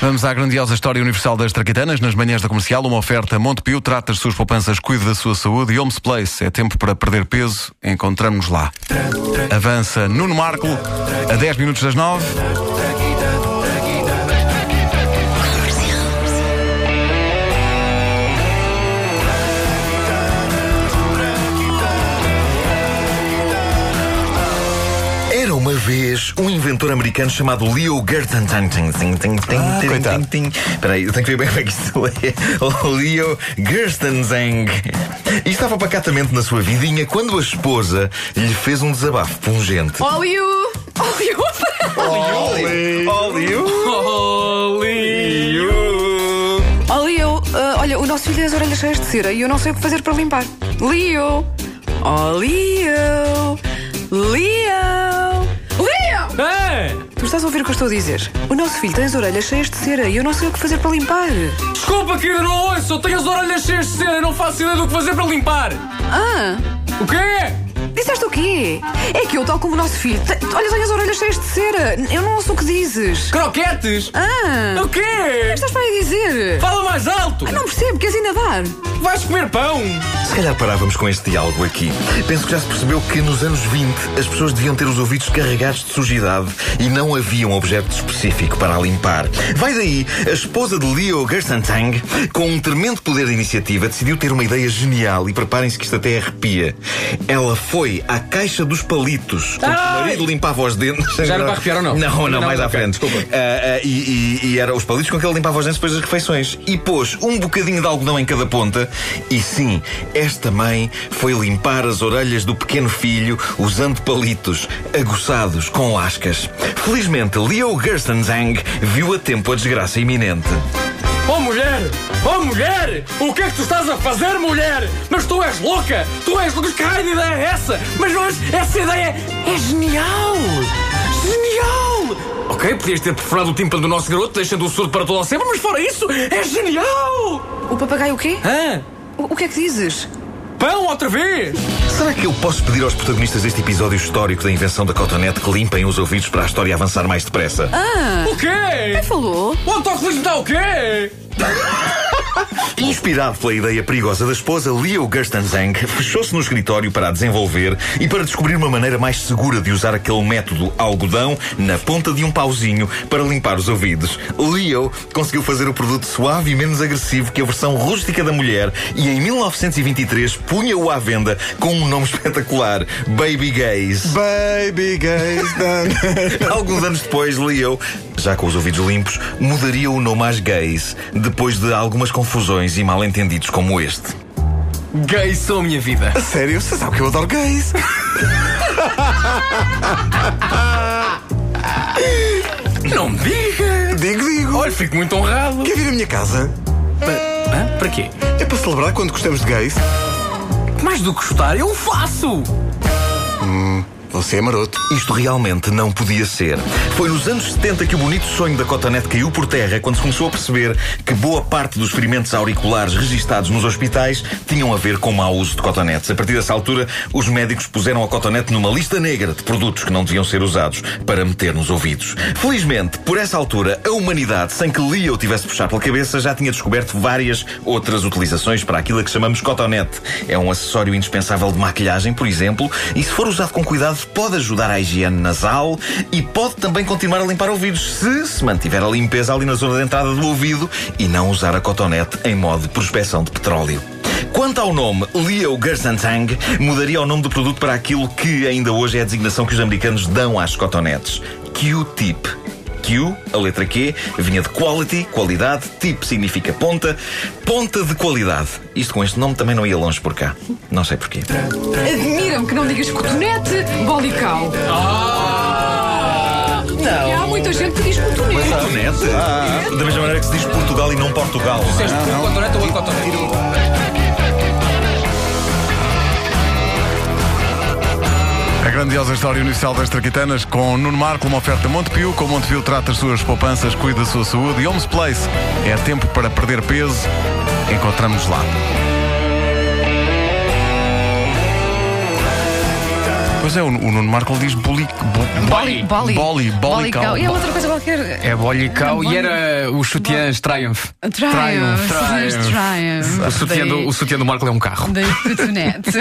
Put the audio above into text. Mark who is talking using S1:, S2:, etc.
S1: Vamos à grandiosa história universal das traquitanas. Nas manhãs da comercial, uma oferta Montepio. Trata as suas poupanças, cuide da sua saúde. E Homes Place. É tempo para perder peso. Encontramos-nos lá. Avança Nuno Marco, a 10 minutos das 9.
S2: Era uma vez um inventor americano chamado Leo Gerton.
S3: Ah, coitado.
S2: Espera aí, eu tenho que ver bem como é que isto se lê. Leo Gerstenzang. E estava pacatamente na sua vidinha quando a esposa lhe fez um desabafo pungente.
S4: Óleo! Óleo!
S2: Olio!
S4: Óleo! ah, olha, o nosso filho tem as orelhas cheias de cera e eu não sei o que fazer para limpar. Leo! Óleo! Leo! Leo!
S5: Ei!
S4: Tu estás a ouvir o que eu estou a dizer? O nosso filho tem as orelhas cheias de cera e eu não sei o que fazer para limpar.
S5: Desculpa, querida, não ouço. Eu tenho as orelhas cheias de cera e não faço ideia do que fazer para limpar.
S4: Ah!
S5: O quê?
S4: Disseste o quê? É que eu, tal como o nosso filho, te- olha, tenho as orelhas cheias de cera. Eu não ouço o que dizes.
S5: Croquetes?
S4: Ah! O
S5: O
S4: que
S5: quê?
S4: estás para aí dizer?
S5: Fala mais alto.
S4: Não percebo, queres ainda dar?
S5: Vais comer pão.
S2: Se calhar parávamos com este diálogo aqui. Penso que já se percebeu que nos anos 20 as pessoas deviam ter os ouvidos carregados de sujidade e não havia um objeto específico para a limpar. Vai daí, a esposa de Leo Gerstenzang, com um tremendo poder de iniciativa, decidiu ter uma ideia genial e preparem-se que isto até arrepia. Ela foi à caixa dos palitos, onde o
S5: Ai!
S2: marido limpava os dentes.
S5: Já era para arrepiar ou não?
S2: Não, não,
S5: Não,
S2: mais à
S5: ok,
S2: frente.
S5: desculpa.
S2: Ah, ah, e, e- e era os palitos com que ele limpava os dentes depois das refeições. E pôs um bocadinho de algodão em cada ponta. E sim, esta mãe foi limpar as orelhas do pequeno filho usando palitos aguçados com lascas. Felizmente, Leo Gerstenzang viu a tempo a desgraça iminente.
S5: Oh, mulher! Oh, mulher! O que é que tu estás a fazer, mulher? Mas tu és louca! Tu és louca! Que raio de ideia é essa? Mas não és... Essa ideia é genial! Genial! Ok, podias ter perfurado o tímpano do nosso garoto, deixando o surdo para toda a sempre, mas fora isso, é genial!
S4: O papagaio o quê?
S5: Hã?
S4: O, o que é que dizes?
S5: Pão outra vez?
S2: Será que eu posso pedir aos protagonistas deste episódio histórico da invenção da cotonete que limpem os ouvidos para a história avançar mais depressa?
S5: O quê?
S4: Falou?
S5: O autocolismo está o quê?
S2: Inspirado pela ideia perigosa da esposa, Leo Gerstenzang fechou-se no escritório para a desenvolver e para descobrir uma maneira mais segura de usar aquele método algodão na ponta de um pauzinho para limpar os ouvidos. Leo conseguiu fazer o produto suave e menos agressivo que a versão rústica da mulher e em 1923 punha-o à venda com um nome espetacular: Baby Gaze.
S3: Baby gays done.
S2: Alguns anos depois, Leo, já com os ouvidos limpos, mudaria o nome às gays, depois de algumas confusões e mal-entendidos como este.
S5: Gay sou minha vida.
S3: Sério, você sabe que eu adoro gays.
S5: Não me diga!
S3: Digo, digo.
S5: Olha, fico muito honrado.
S3: Quer vir à minha casa?
S5: Hã? Para quê?
S3: É para celebrar quando gostamos de gays.
S5: Mais do que chutar, eu faço!
S3: Você é maroto.
S2: Isto realmente não podia ser. Foi nos anos 70 que o bonito sonho da cotonete caiu por terra quando se começou a perceber que boa parte dos ferimentos auriculares registados nos hospitais tinham a ver com o mau uso de cotonetes. A partir dessa altura, os médicos puseram a cotonete numa lista negra de produtos que não deviam ser usados para meter nos ouvidos. Felizmente, por essa altura, a humanidade, sem que Leo tivesse de puxar pela cabeça, já tinha descoberto várias outras utilizações para aquilo a que chamamos cotonete. É um acessório indispensável de maquilhagem, por exemplo, e se for usado com cuidado, pode ajudar à higiene nasal e pode também continuar a limpar ouvidos se se mantiver a limpeza ali na zona de entrada do ouvido e não usar a cotonete em modo de prospeção de petróleo. Quanto ao nome, Leo Gersantang mudaria o nome do produto para aquilo que ainda hoje é a designação que os americanos dão às cotonetes: Q-tip. Q, a letra Q, vinha de quality, qualidade, tip significa ponta, ponta de qualidade. Isto com este nome também não ia longe por cá. Não sei porquê.
S4: Admira-me que não digas cotonete, bolicau. Ah! Não. há muita gente que diz cotonete.
S2: Cotonete? Da mesma maneira que se diz Portugal e não Portugal. não é?
S5: Tens um cotonete ou outro cotonete?
S1: A grandiosa história universal das traquitanas com Nuno Marco, uma oferta Montepio. Com Montepio trata as suas poupanças, cuida da sua saúde. E Homes Place é tempo para perder peso. Encontramos lá. Pois é, o, o Nuno Marco diz boli, bo-
S4: Boli.
S1: boli, boli, bolicão.
S6: E é outra coisa qualquer.
S4: É bolicão e era o sutiã Triumph.
S1: Triumph,
S7: Triumph, Triumph.
S4: O sutiã, do, o sutiã do Marco é um carro.
S7: Da cotonete.